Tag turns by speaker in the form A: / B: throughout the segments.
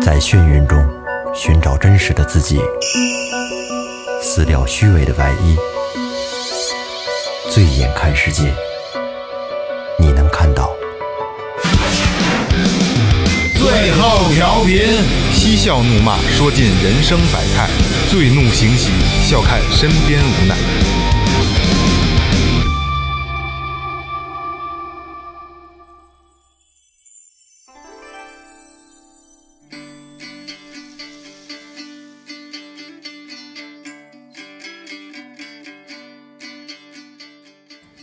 A: 在眩晕中寻找真实的自己，撕掉虚伪的外衣，醉眼看世界，你能看到。
B: 最后调频，
C: 嬉笑怒骂，说尽人生百态；醉怒行喜，笑看身边无奈。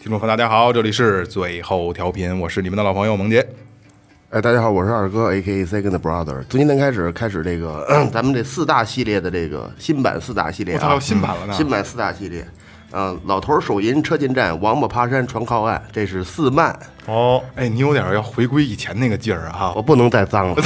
C: 听众朋友，大家好，这里是最后调频，我是你们的老朋友萌杰。
D: 哎，大家好，我是二哥，A K A Second Brother。从今天开始，开始这个 咳咱们这四大系列的这个新版四大系列
C: 我操
D: 啊，
C: 新版了呢
D: 新版四大系列，嗯、老头儿手淫车进站，王八爬山船靠岸，这是四漫，
B: 哦，
C: 哎，你有点要回归以前那个劲儿啊哈！
D: 我不能再脏 了。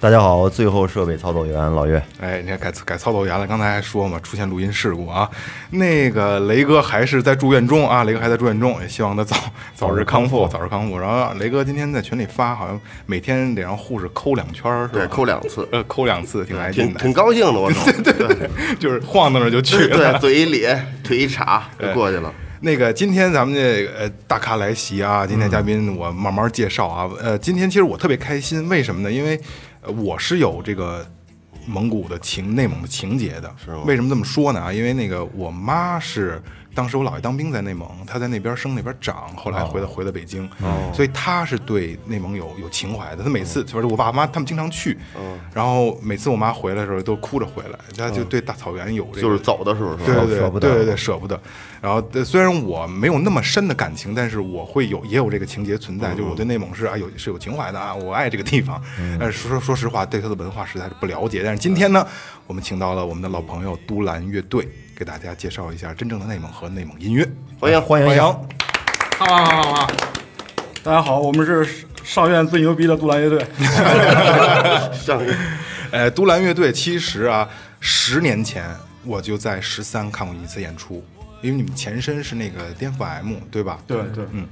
E: 大家好，我最后设备操作员老岳，
C: 哎，你看改改操作员了，刚才还说嘛，出现录音事故啊。那个雷哥还是在住院中啊，雷哥还在住院中，也希望他 早早日康复，早日康复。然后雷哥今天在群里发，好像每天得让护士抠两圈儿，是吧
D: 对，抠两 次，
C: 呃抠两次，挺来劲
D: 挺
C: 的，
D: 挺高兴的，我操。对对
C: 就是晃荡着就去了。
D: 对，嘴一咧，腿一叉
C: 哎
D: 就过去了。
C: 那个，今天咱们这个呃大咖来袭
D: 嗯
C: 啊，今天嘉宾我慢慢介绍啊。呃，今天其实我特别开心，为什么呢？因为呃我是有这个蒙古的情、内蒙的情节的。是为什么这么说呢？啊，因为那个我妈是当时我姥爷当兵在内蒙，她在那边生那边长，后
D: 哦
C: 来回到、回到北京，所以她是对内蒙有有情怀的。她每
D: 嗯
C: 次就是我爸妈他们经常去，然后每次我妈回来的时候都哭着回来，她就对大草原有这个
D: 嗯就是走的时候是
C: 对
D: 吧？
C: 对对，
E: 舍不得
C: 对对对，舍不得。然后对虽然我没有那么深的感情，但是我会有也有这个情节存在，就是我对内蒙是啊有是有情怀的啊，我爱这个地方。 但是说说实话，对它的文化实在是不了解。但是今天呢，我们请到了我们的老朋友都兰乐队，给大家介绍一下真正的内蒙和内蒙音乐。啊
D: 欢迎
E: 欢迎
C: 欢
E: 一
C: 迎
E: 下，
B: 好吧好吧好吧。大家好，我们是上院最牛逼的杜兰乐队。
D: 上一
C: 呃，都兰乐队其实啊，十年前我就在十三看过一次演出，因为你们前身是那个颠覆 M，对吧？
B: 对对，
C: 嗯，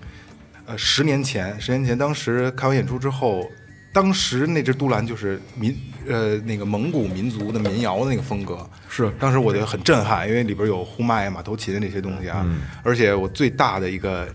C: 呃，十年前，十年前，当时看完演出之后，当时那支杜兰就是民呃那个蒙古民族的民谣的那个风格，
B: 是
C: 当时我觉得很震撼，因为里边有呼麦、马头琴这些东西啊，而且我最大的一个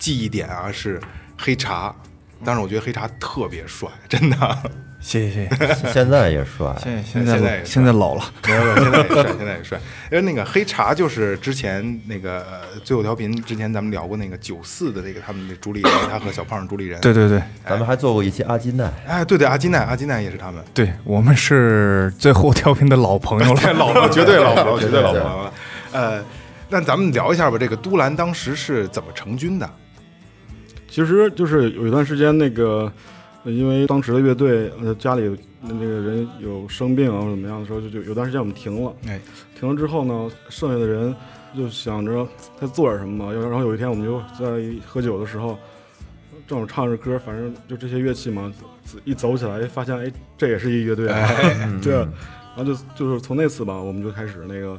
C: 记忆点啊是黑茶，当时我觉得黑茶特别帅，真的，
F: 谢谢 谢 谢，
E: 现在也帅，
F: 现
C: 现在也
F: 在
C: 是
F: 现在老了，
C: 没有没有， 现在也帅，现在也帅，因为那个黑茶就是之前那个呃最后调频之前咱们聊过那个九四的那个他们的主理人，他和小胖主理人，
F: 对对对
E: 咱们还做过一期阿金奈，
C: 哎，对对，阿基奈，阿基奈也是他们。
F: 对，我们是最后调频的老朋友了，
C: 太老了，绝对老朋 友，绝对老
E: 对
C: 朋友了。呃，那咱们聊一下吧，这个都兰当时是怎么成军的？
B: 其实就是有一段时间那个。呃因为当时的乐队，呃，家里那个人有生病啊或者怎么样的时候，就就有段时间我们停了。
C: 哎，
B: 停了之后呢，剩下的人就想着再做点什么嘛。要然后有一天，我们就在喝酒的时候，正好唱着歌，反正就这些乐器嘛，一走起来发现，哎，这也是一乐队啊， 对。然后就就是从那次吧，我们就开始那个，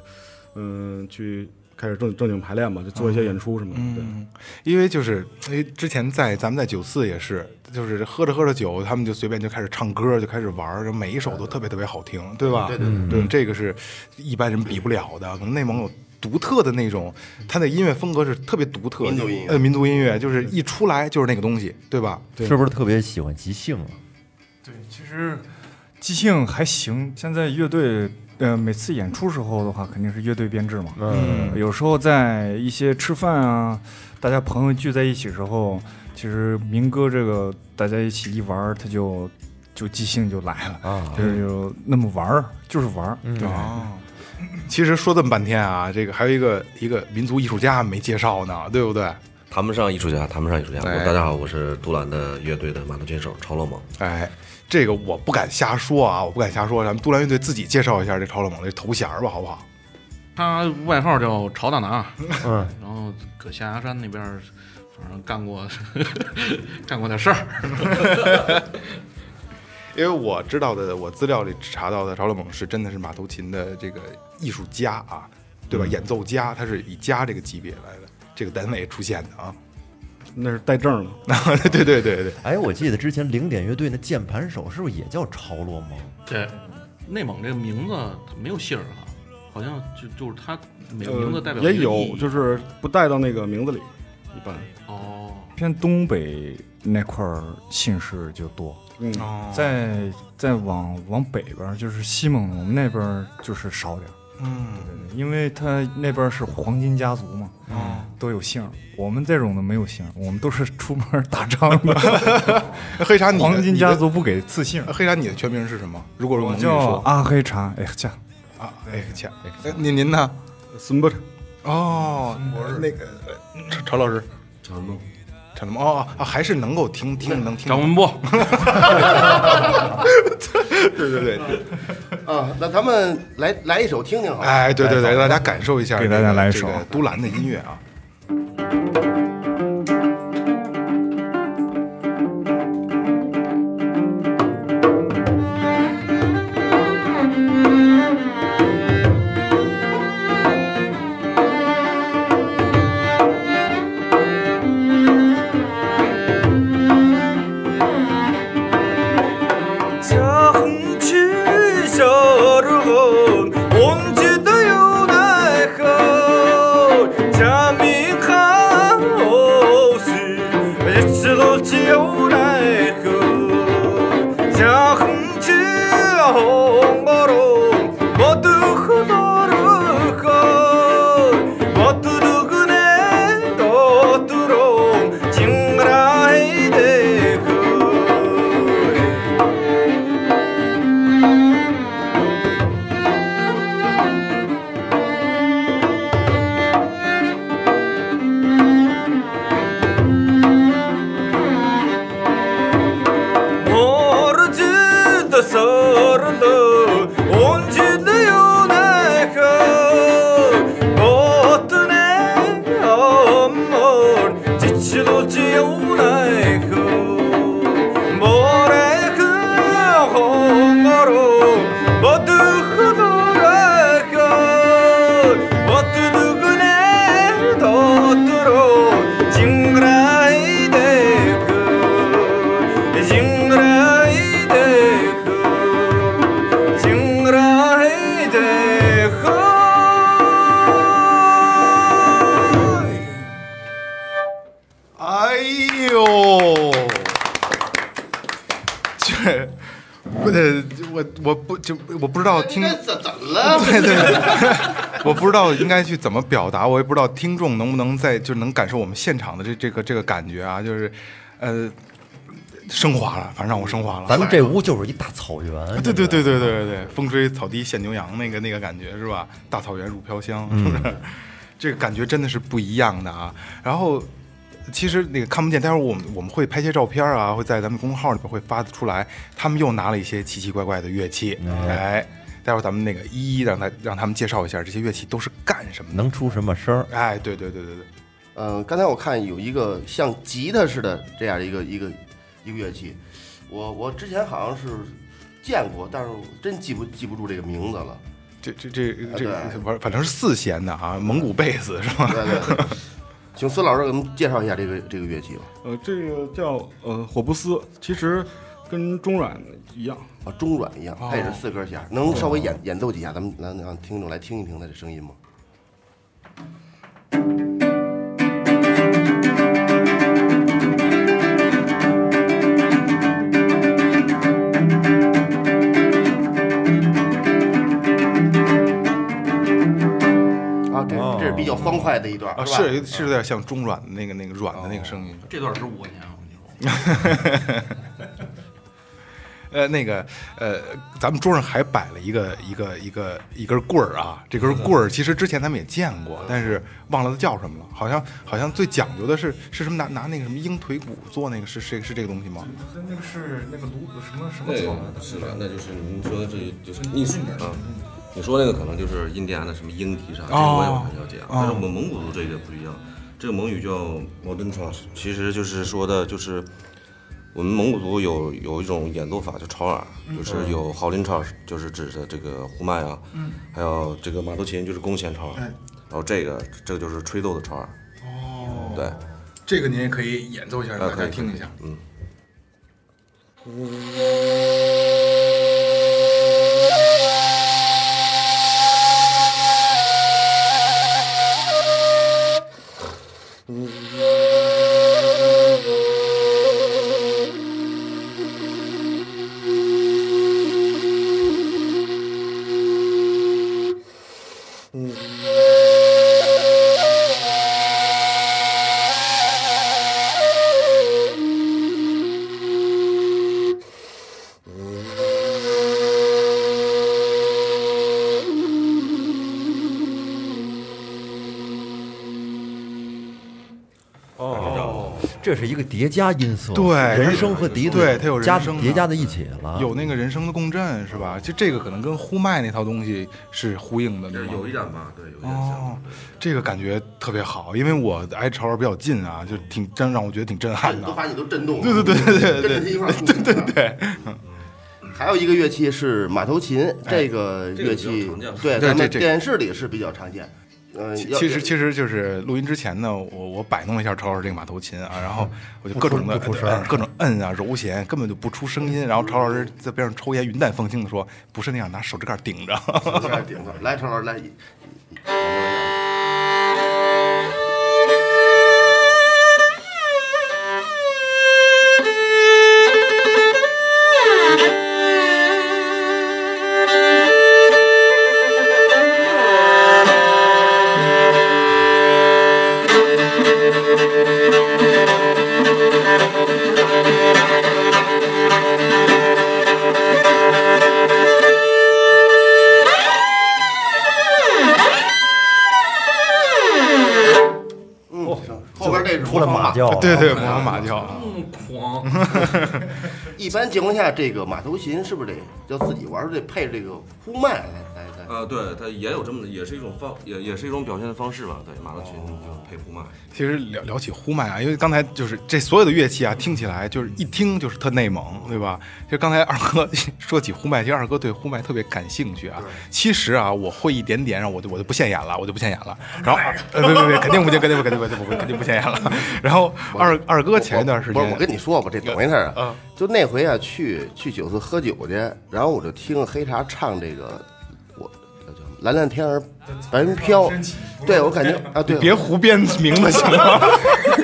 B: 嗯，去开始正正经排练嘛，就做一些演出什么的。对，
C: 因为就是因为之前在咱们在九四也是，就是喝着喝着酒，他们就随便就开始唱歌，就开始玩儿，就每一首都特别特别好听，对吧？对对对，这个是一般人比不了的，可能内蒙有。独特的那种，他的音乐风格是特别独特的，
D: 民族音乐
C: 嗯呃，民族音乐就是一出来就是那个东西，对吧？
B: 对
E: 是不是特别喜欢即兴啊？
F: 对，其实即兴还行。现在乐队，呃，每次演出时候的话，肯定是乐队编制嘛。
E: 嗯，
F: 有时候在一些吃饭啊，大家朋友聚在一起时候，其实民歌这个大家一起一玩儿，它就就即兴就来了
E: 啊
F: 就是有那么玩儿，就是玩儿。对，
C: 哦，其实说这么半天啊，这个还有一个一个民族艺术家没介绍呢，对不对？
G: 谈不上艺术家，谈不上艺术家。
C: 哎
G: 我大家好，我是杜兰的乐队的马头琴手超乐猛。
C: 哎，这个我不敢瞎说啊，我不敢瞎说。咱们杜兰乐队自己介绍一下这超冷猛这头衔儿吧，好不好？
H: 他外号叫朝大拿，
E: 嗯，
H: 然后搁象牙山那边儿，反正干过干过点事儿。
C: 因为我知道的，我资料里查到的超冷猛是真的是马头琴的这个艺术家
G: 嗯
C: 啊，对吧？演奏家，他是以家这个级别来的这个单位出现的啊。
B: 那是带证的。
C: 对对对对，
E: 哎，我记得之前零点乐队那键盘手是不是也叫超洛蒙？
H: 对，内蒙这个名字它没有姓儿哈，好像就就是它每个名字代表
B: 呃也
H: 一个意
B: 有，
H: 义
B: 就是不带到那个名字里，一般。
H: 哦，
F: 偏东北那块儿姓氏就多，
B: 嗯，
C: 哦
F: 再再往往北边儿就是西蒙农那边儿就是少点儿，
C: 嗯
F: 因为他那边儿是黄金家族嘛，
C: 哦，
F: 都有姓儿。我们这种的没有姓儿，我们都是出门儿打仗 的，
C: 黑茶你的
F: 黄金
C: 你
F: 家
C: 的
F: 族不给赐姓儿。
C: 黑茶，你的全名是什么？如果是
F: 我
C: 蒙语
F: 叫
C: 说
F: 阿黑茶，哎呀，
C: 啊，哎，切，哎您您呢？
B: 孙不，
C: 哦，我是那个呃曹曹老师，陈梦，陈梦，哦，哦还是能够听听能听
H: 张。文波，
C: 对对对，
D: 啊，那咱们来来一首听听好了。
C: 哎，对对对，大家感受一下这
F: 给
C: 个，
F: 大家来一首
C: 这个都兰的音乐啊。哎呦，这我得我我不就我不知道听
D: 应，该怎怎 了？
C: 我不知道应该去怎么表达，我也不知道听众能不能在就能感受我们现场的这这个这个感觉啊，就是呃升华了，反正让我升华了。
E: 咱们这屋就是一大草原。
C: 啊对对
E: 这个
C: 对对对对，风吹草低见牛羊那个那个感觉是吧？大草原入飘香，是不是？ 这个感觉真的是不一样的啊。然后，其实那个看不见，待会儿我们我们会拍些照片啊，会在咱们公众号里边会发得出来。他们又拿了一些奇奇怪怪的乐器，哎，待会儿咱们那个一一让他让他们介绍一下这些乐器都是干什么的。
E: 能出什么声儿？
C: 哎，对对对对对，
D: 嗯，刚才我看有一个像吉他似的这样一个一个一个乐器，我我之前好像是见过，但是我真记不记不住这个名字了。
C: 这这这这
D: 啊对
C: 反反正是四弦的啊，蒙古贝斯是吧？
D: 对对对，请孙老师给我们介绍一下这个这个乐器吧。
B: 呃，这个叫呃火布斯，其实跟中阮一样，
D: 啊，中阮一样，它也是四根弦，能稍微演演奏几下，咱们让让听众来听一听它的声音吗？啊，这这是比较欢快的一段，
C: 啊，
D: 吧？
C: 是是有点像中阮的那个那个软的那个声音。
H: 这段值五块钱啊，我跟你说。
C: 呃，那个，呃，咱们桌上还摆了一个一个一个一根棍儿啊，这根棍儿其实之前咱们也见过，但是忘了它叫什么了。好像好像最讲究的是是什么拿拿那个什么鹰腿骨做那个是是是这个东西吗？
F: 那个是那个芦什么啊什
G: 那个是吧？那就是您说的这就是你啊，你说那个可能就是印第安的什么鹰笛啥，这个我也不太了解啊。但是我们蒙古族这个不一样，这个蒙语叫 modern t r a s 其实就是说的就是我们蒙古族有有一种演奏法叫潮耳，就是有豪林 t r a s 就是指的这个呼麦啊，还有这个马头琴就是弓弦潮耳，然后这个这个就是吹奏的潮耳，对。
C: 这个您也可以演奏一下，让
G: 啊
C: 大
G: 可
C: 家
G: 以
C: 听一下。
G: 嗯。
E: 这是一个叠加因素，
C: 对
E: 人声和笛子，
C: 对它有人
E: 加
C: 声的
E: 叠加在一起了，
C: 有那个人声的共振是吧？就这个可能跟呼麦那套东西是呼应的，
G: 这
C: 对吗？
G: 有一点吧，对，有一点
C: 哦
G: 像。，
C: 这个感觉特别好，因为我挨潮儿比较近啊，就挺真让我觉得挺震撼
D: 都
C: 的。
D: 把你都震动了。对对对对对，跟着它一块儿。对对对。嗯还有一个乐器是马头琴，这个乐器
G: 哎这个比较常见
D: 对
C: 对这
D: 咱们
C: 这
D: 电视里是比较常见。嗯，
C: 其
D: 要
C: 其实其实就是录音之前呢，我我摆弄了一下超老师这个马头琴啊，然后我就各种的摁各种摁啊揉弦，根本就不出声音。然后超老师在边上抽烟，云淡风轻的说：“不是那样，拿手指盖顶着。
D: 有点顶着来，陈老师来。嗯，
G: 哦
D: 行后边这是
E: 出了马
D: 叫。
E: 叫了，
C: 对对，模仿马叫啊。
H: 嗯，狂，
D: 一般情况下，这个马头琴是不是得要自己玩儿，得配这个呼麦来来来？
G: 呃，对，它也有这么，也是一种方，也也是一种表现的方式吧。对，马头琴就配呼麦，
C: 其实聊聊起呼麦啊，因为刚才就是这所有的乐器啊，听起来就是一听就是特内蒙，对吧？其实刚才二哥说起呼麦，其实二哥对呼麦特别感兴趣啊。其实啊，我会一点点，然后我就我就不现眼了，我就不现眼 了。然后，呃，别别别，肯定不行，肯定不肯定不肯定不肯定不现眼了。 然后二二哥前一段时间，嗯
D: 不是我跟你说吧，这怎么回事儿啊？就那回啊，去去酒肆喝酒去，然后我就听黑茶唱这个，我叫什么蓝蓝天儿白云飘，对我感 觉啊，对，
C: 别胡编名字行吗？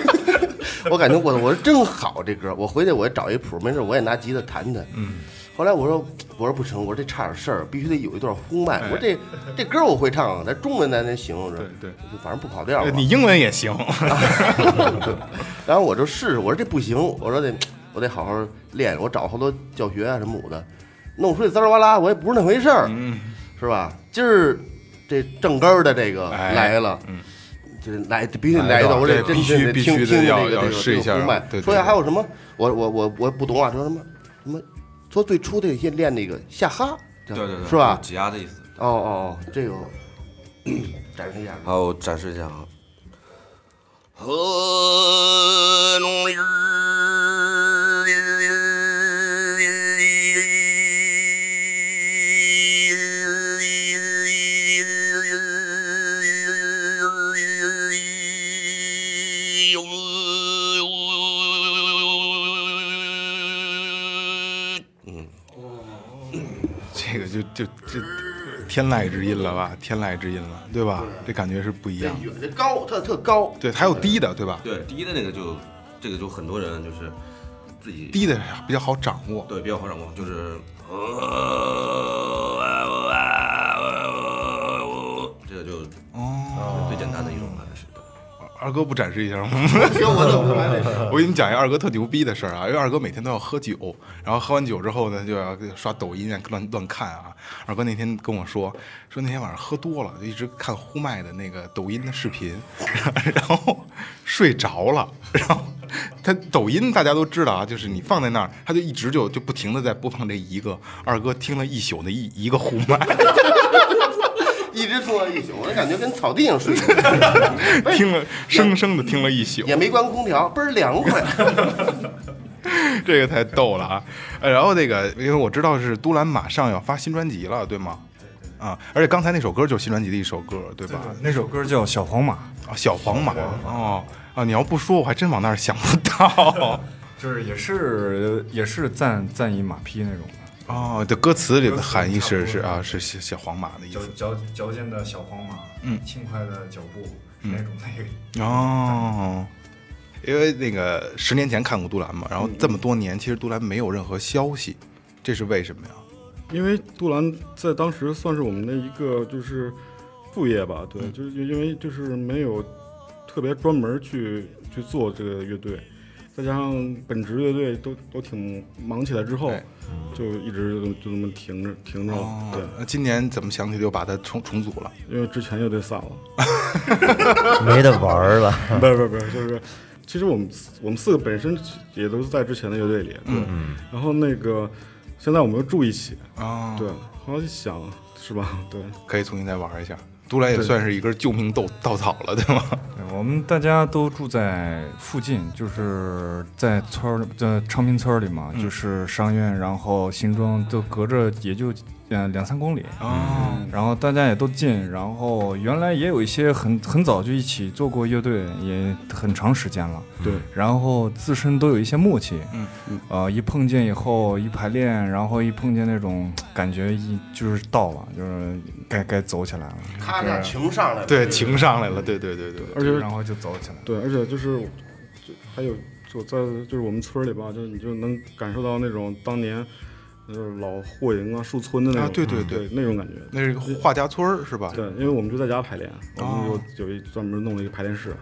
D: 我感觉我我说真好这歌，我回去我找一谱，没事我也拿吉他弹弹。嗯。后来我说我说不成，我说这差点事儿，必须得有一段呼麦。我说这这歌我会唱，咱中文咱得形容着，
C: 哎对对
D: 就反正不跑调嘛。
C: 你英文也行，
D: 然后我就试试，我说这不行，我说得我得好好练，我找好多教学啊什么舞的，弄出去滋儿哇啦，我也不是那回事儿，
C: 嗯
D: 是吧？今儿这正根儿的这个
C: 哎
D: 来了，这来必须得来一
C: 来一
D: 段，
C: 段
D: 我得
C: 对
D: 真
C: 必须
D: 真得
C: 必
D: 听
C: 须
D: 听
C: 的
D: 听
C: 要
D: 这个
C: 要
D: 这个
C: 试一下啊
D: 这个呼麦
C: 对对
D: 说一下
C: 对
D: 还有什么？我我我我不懂啊，说什么什么？说最初得先练那个下哈，
G: 对对对，
D: 是吧？
G: 挤压的意思。
D: 哦哦，哦，这个我展示一下。
G: 好，我展示一下啊。和龙日。嗯，
C: 这个就就就天籁之音了吧？天籁之音了，对吧？这感觉是不一
D: 这
C: 样的。
D: 远这哎高，特特高，
C: 对，还有低的，对吧？
G: 对，第一的那个就，这个就很多人就是自己
C: 低的比较好掌握。
G: 对比较好掌握，就是，呃这个就哦，最简单的一种了，这是。
C: 二哥不展示一下吗？
D: 听 我都不来这事。
C: 我给你们讲一个二哥特牛逼的事儿啊，因为二哥每天都要喝酒，然后喝完酒之后呢，就要刷抖音啊，乱乱看啊。二哥那天跟我说，说那天晚上喝多了，就一直看呼麦的那个抖音的视频， 然后睡着了，然后。他抖音大家都知道啊，就是你放在那儿，他就一直就就不停的在播放这一个。二哥听了一宿的一一个呼 麦，
D: 一直拖到一宿，我就感觉跟草地上睡，
C: 听了生生的听了一宿。
D: 也没关空调，倍儿凉 快。
C: 这个太逗了啊！呃然后那个，因为我知道是都兰马上要发新专辑了，对吗？啊，而且刚才那首歌就是新专辑的一首歌，对吧？
F: 那首歌叫《小黄马
C: 啊，小黄马哦，啊，你要不说，我还真往那儿想不 到。
F: 就是也是也是赞赞一马匹那种的，
C: 哦，这歌词里的含义
F: 歌
C: 是
F: 词
C: 是啊，是小小黄马的意
F: 矫
C: 思。
F: 矫矫健的小黄马，
C: 嗯
F: 轻快的脚步是那种那个。
C: 哦，因为那个十年前看过杜兰嘛，然后这么多年其实杜兰没有任何消息，这是为什么呀？
B: 因为杜兰在当时算是我们的一个就是副业吧，对，
H: 嗯
B: 就是因为就是没有特别专门去去做这个乐队，再加上本职乐队都都挺忙起来之后
C: 哎，
B: 就一直就就这么停着停
C: 哦
B: 着
H: 哦
B: 了，对，
C: 那今年怎么想起就把它重重组了？
B: 因为之前乐队散了，
E: 没得玩儿了。
B: 不是不是不是，就是其实我们四我们四个本身也都是在之前的乐队里，对，
C: 嗯
B: 然后那个现在我们又住一起，
C: 哦
B: 对，，后来一想是吧， 对，
C: 可以重新再玩一下。杜兰也算是一根救命稻稻草了，对吗？
F: 对我们大家都住在附近，就是在村儿，在昌平村儿里嘛，就是商院，然后新庄都隔着也就嗯两三公里，
C: 哦，
F: 然后大家也都近，然后原来也有一些很很早就一起做过乐队，也很长时间了，
B: 对，
F: 然后自身都有一些默契，
C: 嗯
B: 嗯
F: 呃，一碰见以后一排练，然后一碰见那种感觉一就是到了，就是该该走起来了，
D: 咔一下情上来了，
C: 对，情上来了，对对对对对。
B: 而且
F: 然后就走起来了。
B: 对，而且就是就还有就在就是我们村儿里吧，就是你就能感受到那种当年就是老霍营啊、树村的那种，
C: 啊对对对啊
B: 对，那种感觉。
C: 那是画家村儿是吧？
B: 对，因为我们就在家排练，我
C: 啊
B: 们有有一专门弄了一个排练室。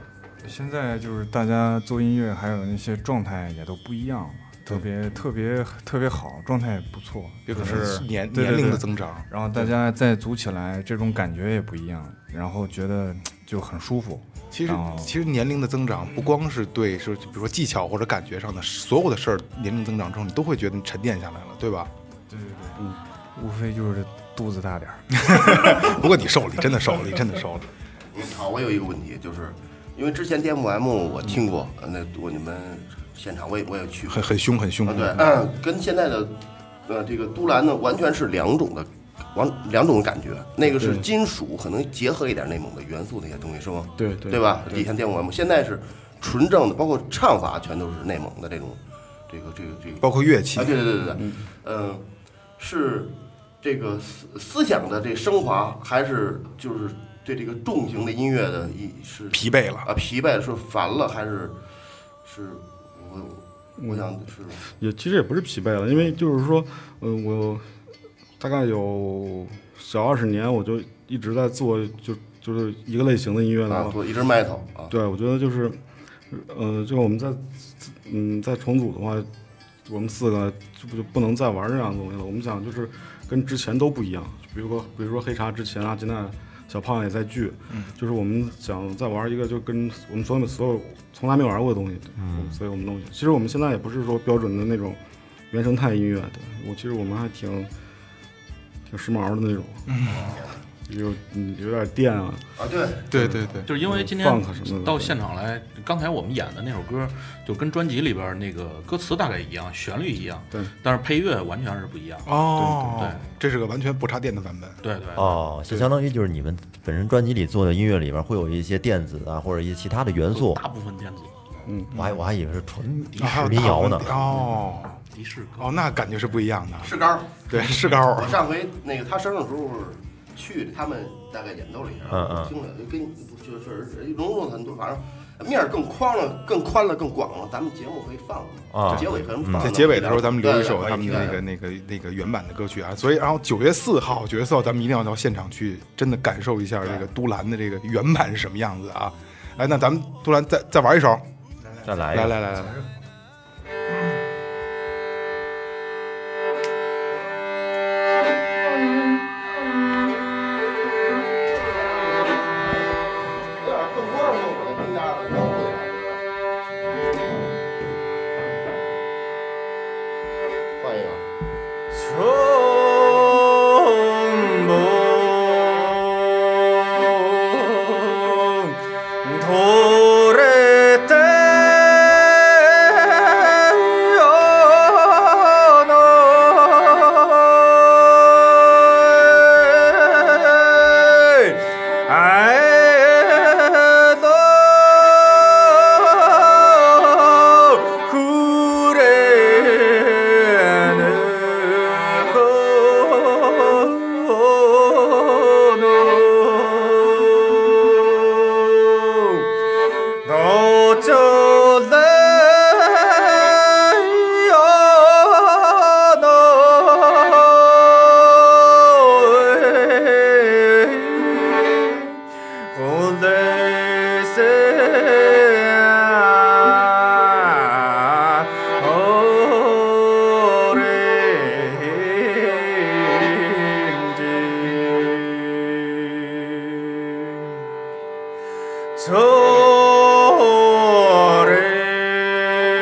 F: 现在就是大家做音乐，还有那些状态也都不一样了，特别特别特别好，状态也不错，
C: 也可
F: 就
C: 能
F: 是
C: 是年
F: 对对
C: 年龄的
F: 对
C: 增长。
F: 然后大家再组起来，这种感觉也不一样，然后觉得就很舒服。
C: 其实
F: 哦
C: 其实年龄的增长不光是对，是比如说技巧或者感觉上的，所有的事儿年龄增长之后，你都会觉得你沉淀下来了，对吧？
F: 对对对，嗯，无非就是肚子大点儿。
C: 不过你瘦了，你真的瘦了，你真的瘦了。
D: 好，我有一个问题，就是因为之前 DMM 我听过，呃那我你们现场我也我也去过，
C: 很很 凶，很凶。
D: 啊，对，嗯，跟现在的呃这个都兰呢，完全是两种的，完两种感觉。那个是金属，可能结合一点内蒙的元素那些东西，是吗？
B: 对对
D: 对吧？以前电玩嘛，现在是纯正的，包括唱法全都是内蒙的这种，这个这个这个。
C: 包括乐器
D: 啊，，对对对对对，嗯、是这个思思想的这升华，还是就是对这个重型的音乐的一是
C: 疲惫
D: 啊
C: 了。
D: 疲惫是烦了，还是是我我想是
C: 嗯
B: 也其实也不是疲惫了，因为就是说，嗯、我大概有小二十年，我就一直在做就就是一个类型的音乐了
D: 啊，。做一直麦头啊，
B: 对，我觉得就是，呃，就我们在，嗯，在重组的话，我们四个就不就不能再玩这样的东西了。我们想就是跟之前都不一样，比如说比如说黑茶之前啊，现在小胖也在聚，就是我们想再玩一个就跟我们所有所有从来没玩过的东西，嗯，所以我们弄一下。其实我们现在也不是说标准的那种原生态音乐，对我其实我们还挺挺时髦的那种，嗯，有嗯有点电啊，
D: 啊对，
C: 对对对，
H: 就是因为今
B: 放
H: 天
B: 个嗯什么的
H: 到现场来，刚才我们演的那首歌，就跟专辑里边那个歌词大概一样，旋律一样，
B: 对，
H: 但是配乐完全是不一样。对
C: 哦
H: 对对，
C: 这是个完全不插电的版本。
H: 对对，
E: 哦，就相当于就是你们本身专辑里做的音乐里边会有一些电子啊，或者一些其他的元素。
H: 大部分电子
E: 我还我还以为是纯迪
C: 嗯啊还
E: 士
C: 有
E: 民谣
C: 大
E: 呢
C: 红。哦
H: 迪士歌，
C: 哦，那感觉是不一样的。
D: 是高。
C: 对，是高
D: 我上回那个他生日的时候去，他们大概演奏了一下，
E: 嗯嗯
D: 我听着就跟就是融入了很多，反正面儿更宽了，更宽了，更广了。咱们节目可以放
E: 啊
D: 结尾可能
C: 嗯
D: 放。
C: 在结尾的时候，咱们留一首
D: 对
C: 他们那个那个那个原版的歌曲啊。所以，然后九月四号，九月四号咱们一定要到现场去，真的感受一下这个都兰的这个原版是什么样子啊！哎，那咱们都兰再再玩一首，
E: 再
F: 哎
E: 来一
C: 来
E: 个
C: 来来来。
D: 对更宽了，我更加更阔点儿。换一个。
F: 春梦土里的哦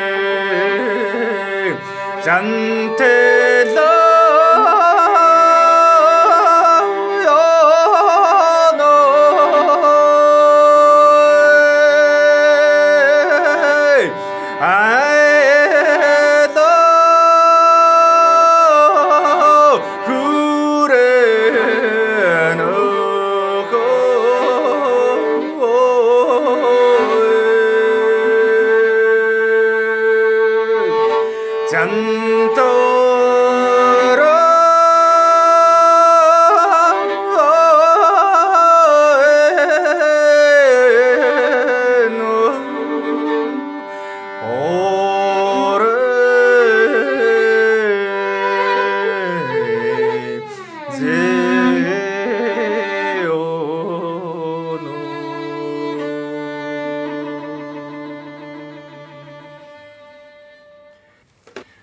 I: 소리 잔테 나요노이 아에도 후레노고이 잔도로
F: 哦
I: 오래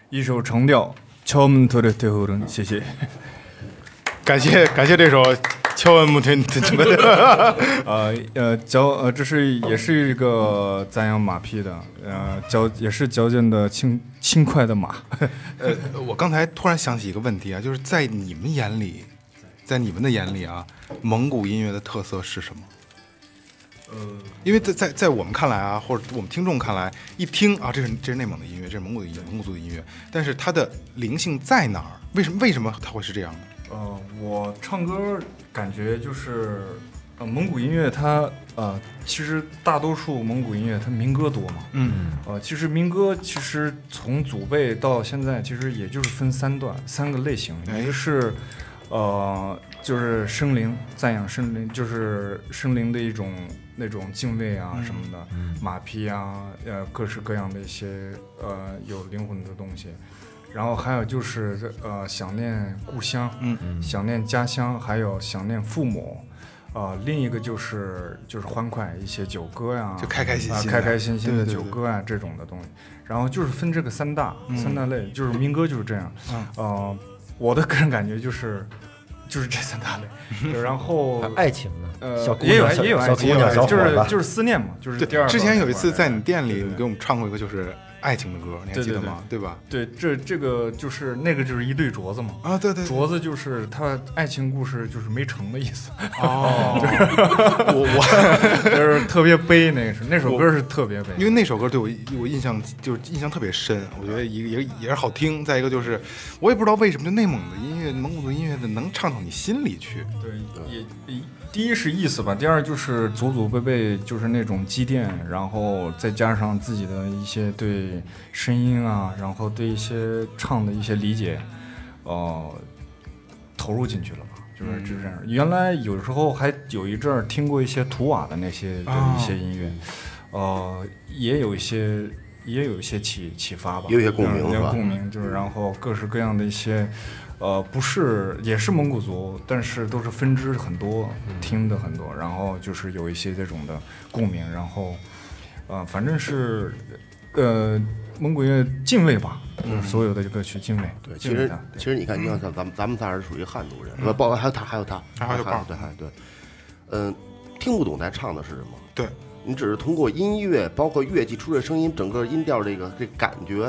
F: 一首长调，敲门特的特后人，谢谢。
C: 感谢感谢这首敲门 木天什么的，
F: 呃呃，矫呃，这是也是一个赞扬马匹的，呃，矫也是矫健的轻轻快的马。
C: 呃，我刚才突然想起一个问题啊，就是在你们眼里，在你们的眼里啊，蒙古音乐的特色是什么？呃因为在在在我们看来啊，或者我们听众看来，一听啊，这是这是内蒙的音乐，这是蒙古的音乐，蒙古族的音乐，但是它的灵性在哪儿？为什么为什么它会是这样的？
F: 呃，我唱歌感觉就是，呃，蒙古音乐它呃，其实大多数蒙古音乐它民歌多嘛，
C: 嗯，
F: 呃，其实民歌其实从祖辈到现在，其实也就是分三段三个类型，
C: 哎
F: 一个是呃，就是生灵赞扬生灵，就是生灵的一种那种敬畏
C: 嗯
F: 啊什么的，马匹啊，呃，各式各样的一些呃有灵魂的东西。然后还有就是呃，想念故乡，
C: 嗯
F: 想念家乡，还有想念父母。呃，另一个就是就是欢快一些酒歌呀、
C: 就开开心
F: 啊
C: 心的
F: 开开心心的
C: 对对
F: 酒
C: 对
F: 歌啊这种的东西。然后就是分这个三大、
C: 嗯
F: 三大类，就是民歌就是这样。
C: 嗯
F: 呃，我的个人感觉就是就是这三大类。 然后
E: 啊爱情
C: 嗯
E: 呢？
F: 呃
E: 小姑
F: 也有
E: 娘
F: 爱
E: 小
F: 也有爱
E: 小姑
F: 情，
E: 娘小
F: 就
E: 伙
F: 是
E: 子，
F: 就是思念嘛，就是第
C: 对，
F: 二个。
C: 之前有一次在你店里，
F: 对对
C: 你给我们唱过一个就是爱情的歌，你还记得吗？对吧？
F: 对这这个就是那个就是一对镯子嘛。
C: 啊，对对对，
F: 镯子就是他爱情故事就是没成的意思，
C: 哦，我我
F: 就是特别悲那个是那首歌是特别悲，
C: 因为那首歌对我我印象就是印象特别深，我觉得一个也也是好听，再一个就是我也不知道为什么就内蒙的音乐、蒙古族音乐的能唱到你心里去，
F: 对，也也第一是意思吧，第二就是祖祖辈辈就是那种积淀，然后再加上自己的一些对声音啊，然后对一些唱的一些理解，呃，投入进去了吧。就是就是这样，原来有时候还有一阵儿听过一些图瓦的那些的一些音乐，呃，也有一些也有一些启启发吧，
D: 有一些共鸣
F: 有
D: 是吧
F: 共鸣就是然后各式各样的一些，呃，不是也是蒙古族，但是都是分支很多，
D: 嗯
F: 听的很多，然后就是有一些这种的共鸣，然后，呃，反正是，呃，蒙古乐敬畏吧，就是所有的歌曲敬畏，
D: 嗯对，其
F: 敬畏
D: 实
F: 它
D: 其实你看，你看咱咱们咱们仨人属于汉族人，不包括还有他，还有他，
C: 还有豹儿
D: 对，还有对，嗯，听不懂咱唱的是什么，
C: 对
D: 你只是通过音乐，包括乐器出的声音，整个音调这个这感觉，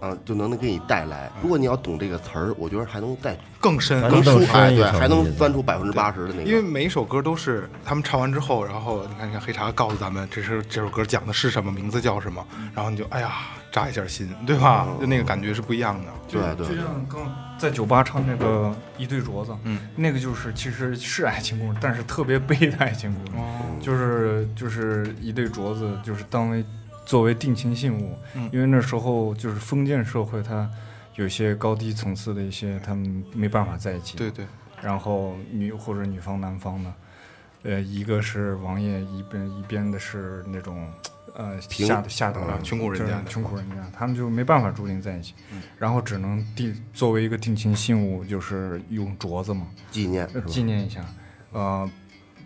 D: 啊，就能能给你带来。如果你要懂这个词儿，我觉得还能再
C: 更深
E: 还
D: 更
E: 能
D: 舒
E: 更
D: 哎
E: 深一
D: 对，
E: 层
D: 还
E: 意
D: 能
E: 思
D: 钻出百分之八十的那个。
C: 因为每一首歌都是他们唱完之后，然后你看，你看黑茶告诉咱们这是这首歌讲的是什么，名字叫什么，然后你就哎呀扎一下心，对吧？就那个感觉是不一样的。
D: 对对
F: 就像刚在酒吧唱那个一对镯子，
C: 嗯，
F: 那个就是其实是爱情故事，但是特别悲的爱情故
C: 哦
F: 事，就是就是一对镯子，就是当为作为定情信物，
C: 嗯
F: 因为那时候就是封建社会，它有一些高低层次的一些，他们没办法在一起，
C: 对对，
F: 然后女或者女方男方呢，呃，一个是王爷，一边一边的是那种呃
D: 贫
F: 下下等
C: 啊
F: 的
C: 穷苦人家的嗯
F: 就是穷苦人家，他们就没办法注定在一起，然后只能定作为一个定情信物，就是用镯子嘛，
D: 纪念是吧？
F: 纪念一下，呃，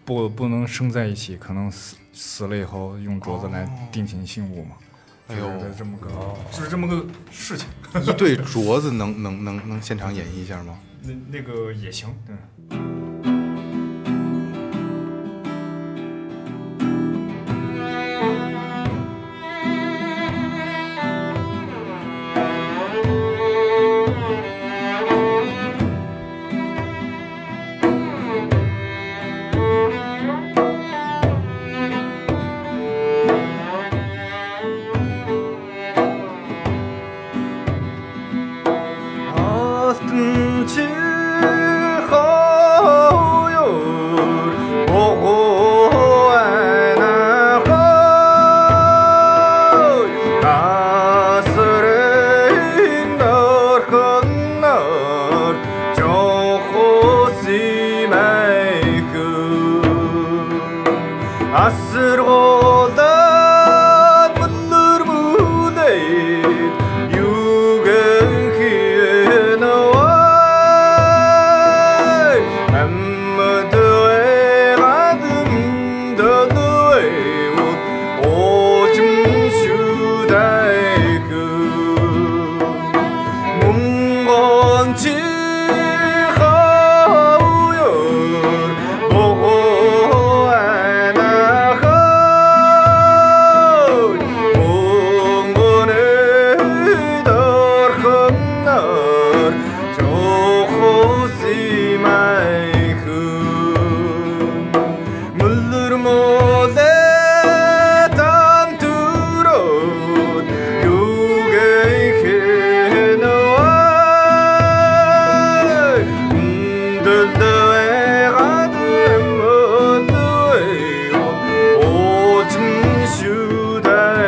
F: 不不能生在一起，可能死死了以后用镯子来定情信物嘛，
C: 哦哎呦，
F: 就是这么个就是这么个事情，
C: 一对镯子能能能能现场演绎一下吗？
F: 那那个也行，嗯。
I: 아스로다 문을 무대 유경희에 나와 아무도에 가든 더도에 옷 오줌 수다에 그 문건지 하우요 보고 안하고 공군을 덜겁날 조호시 마이크 물들 못해 단두로 유괴해 놓아 흔들더에 가든 못더에 오줌 슈다에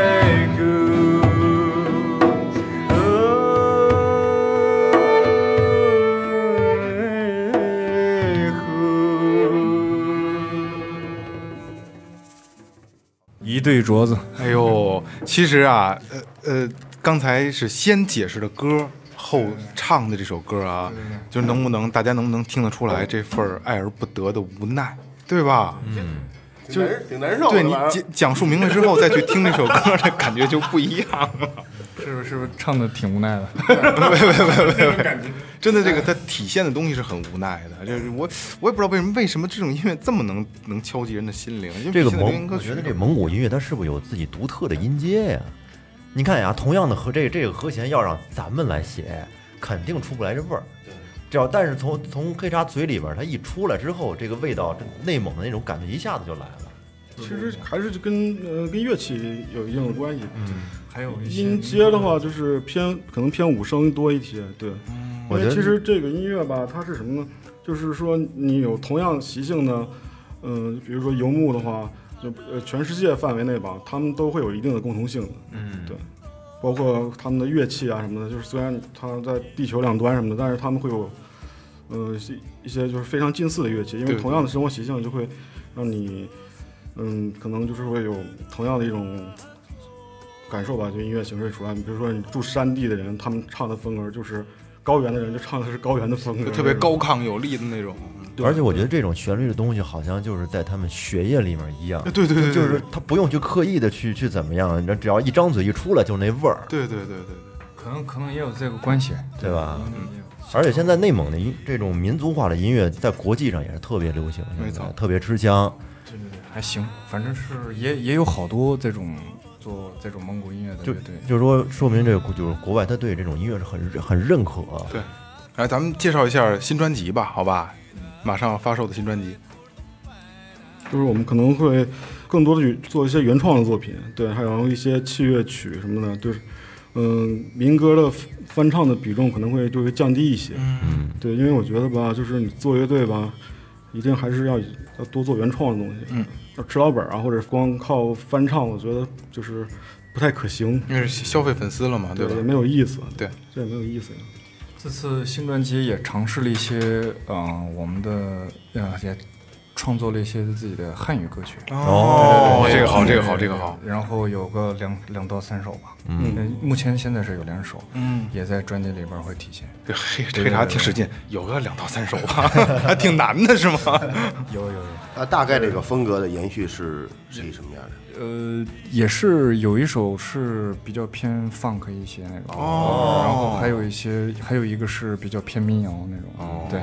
F: 一对镯子，
C: 哎呦，其实啊，呃呃，刚才是先解释的歌，后唱的这首歌啊，就能不能大家能不能听得出来这份儿爱而不得的无奈，对吧？
D: 挺难挺难受的。
C: 对你
D: 晚上
C: 讲讲述明白之后再去听这首歌的感觉就不一样了。
F: 是不是是不是唱的挺无奈的？
C: 真的，这个它体现的东西是很无奈的。就是我我也不知道为什么为什么这种音乐这么能能敲击人的心灵，因为
E: 这个
C: 现在流行
E: 蒙，
C: 歌
E: 我
C: 曲
E: 觉得这蒙古音乐它是不是有自己独特的音阶呀？你看呀，同样的和这这个和弦要让咱们来写，肯定出不来这味儿。只要但是从从黑茶嘴里边儿它一出来之后，这个味道，这内蒙的那种感觉一下子就来了。
B: 其实还是跟呃跟乐器有一定的关系。
F: 还有一
B: 音
F: 些
B: 阶的话，就是偏可能偏五声多一些。对，
E: 我
C: 嗯
B: 因
E: 觉
B: 为
E: 得
B: 其实这个音乐吧，它是什么呢？就是说你有同样习性的，嗯、比如说游牧的话，就呃全世界范围内吧，他们都会有一定的共同性的。嗯，对，包括他们的乐器啊什么的，就是虽然它在地球两端什么的，但是他们会有。呃，一一些就是非常近似的乐器，因为
C: 对
B: 同样的生活习性就会让你，嗯，可能就是会有同样的一种感受吧，就音乐形式出来。你比如说，你住山地的人，他们唱的风格就是高原的人就唱的是高原的风格，
C: 就特别高亢有力的那种。
E: 而且我觉得这种旋律的东西，好像就是在他们血液里面一样，
C: 对对对，对
E: 就是他不用去刻意的去去怎么样，你只要一张嘴一出来就那味儿，
C: 对对对对对，
F: 可能可能也有这个关系，嗯
E: 对吧？
F: 可能也有
E: 而且现在内蒙的音这种民族化的音乐，在国际上也是特别流行，
C: 没
E: 现在
C: 错
E: 特别吃香。
F: 对对对，还行，反正是也也有好多这种做这种蒙古音乐的
E: 就
F: 乐队。
E: 就是说，说明这个就是国外他对这种音乐是很很认可。
C: 对来哎咱们介绍一下新专辑吧，好吧？马上要发售的新专辑，
B: 就是我们可能会更多的去做一些原创的作品，对，还有一些器乐曲什么的，就是嗯，民歌的翻唱的比重可能会就会降低一些，嗯，对，因为我觉得吧，就是你做乐队吧，一定还是要要多做原创的东西，嗯，要吃老本儿啊，或者光靠翻唱，我觉得就是不太可行，
C: 因为是消费粉丝了嘛，对吧
B: 也？没有意思，
C: 对，
B: 这也没有意思呀。
F: 这次新专辑也尝试了一些，嗯、我们的呃也创作了一些自己的汉语歌曲。
C: 哦，这个好，这个好，这个好。
F: 然后有个两两到三首吧，嗯，目前现在是有两首，嗯，也在专辑里边会体现，
C: 这黑黑茶挺使劲，有个两到三首吧， 还挺难的 是吗？
F: 有有有，
D: 啊，大概这个风格的延续是是一什么样的？
F: 呃，也是有一首是比较偏 funk 一些那种，哦，然后还有一些，还有一个是比较偏民谣那种，哦对，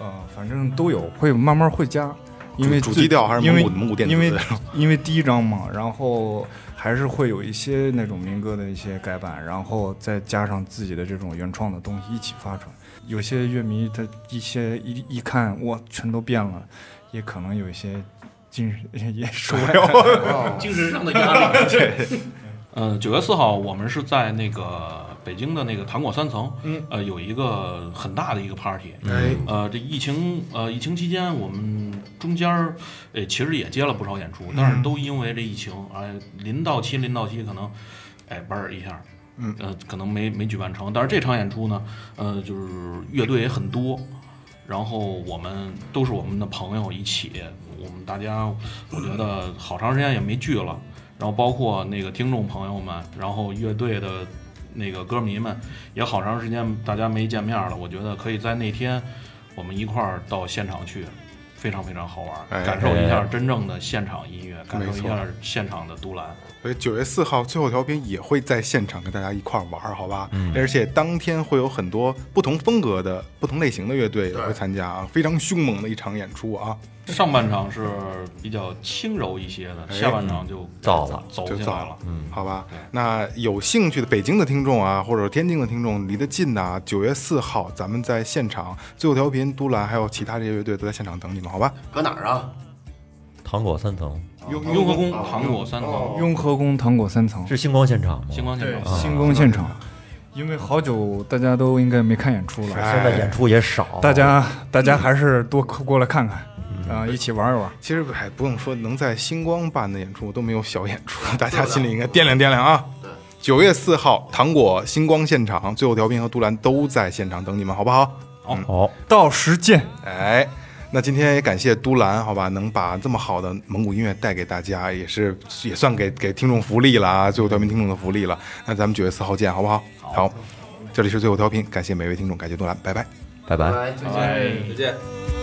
F: 呃，反正都有，会慢慢会加，因为
C: 主
F: 最
C: 基调还是
F: 因为
C: 蒙古蒙古电子
F: 因为
C: 的那种
F: 因为第一张嘛，然后还是会有一些那种民歌的一些改版，然后再加上自己的这种原创的东西一起发出来。有些乐迷他一些一一看哇，全都变了，也可能有一些精神也受不了。
H: 精神上的压力。 对，嗯，九月四号我们是在那个北京的那个糖果三层，嗯，呃，有一个很大的一个 party，
C: 哎，
H: 呃，这疫情呃疫情期间，我们中间儿呃其实也接了不少演出，但是都因为这疫情，哎，临到期临到期可能，哎，嘣儿一下。嗯，呃，可能没没举办成，但是这场演出呢，呃，就是乐队也很多，然后我们都是我们的朋友一起，我们大家我觉得好长时间也没聚了，然后包括那个听众朋友们，然后乐队的那个歌迷们，也好长时间大家没见面了。我觉得可以在那天我们一块儿到现场去，非常非常好玩，
C: 哎
H: 感受一下真正的现场音乐，感受
C: 没
H: 一
C: 错
H: 下现场的独蓝。
C: 所以九月四号最后调频也会在现场跟大家一块儿玩儿，好吧？而且当天会有很多不同风格的、不同类型的乐队也会参加啊，非常凶猛的一场演出啊！
H: 上半场是比较轻柔一些的，下半场就
E: 燥了
H: 走
C: 就
H: 进来
C: 早
H: 了。，
C: 嗯，好吧。那有兴趣的北京的听众啊，或者天津的听众，离得近的啊，九月四号咱们在现场最后调频、都兰还有其他这些乐队都在现场等你们，好吧？
D: 搁哪儿啊？
E: 糖果三层
C: 雍
H: 雍和宫糖果三
D: 哦
H: 层，
F: 雍和宫糖果三层，
E: 是星光现场吗？
H: 星光现
F: 对，
H: 场。
F: 星光现场，因为好久大家都应该没看演出了，
E: 现在演出也少，
F: 大家大家还是多过来看看，啊，一起玩一玩。
C: 其实还不用说，能在星光办的演出都没有小演出，大家心里应该掂量掂量啊。九月四号，糖果星光现场，最后调频和杜兰都在现场等你们，好不好？
E: 好，
F: 到时见，
C: 哎，那今天也感谢都兰，好吧，能把这么好的蒙古音乐带给大家，也是也算给给听众福利了啊，最后调频听众的福利了。那咱们九月四号见，好不好？好，这里是最后调频，感谢每位听众，感谢杜兰，拜拜。
E: 拜拜。
D: 拜拜。
H: 哎。
G: 再见。
I: 「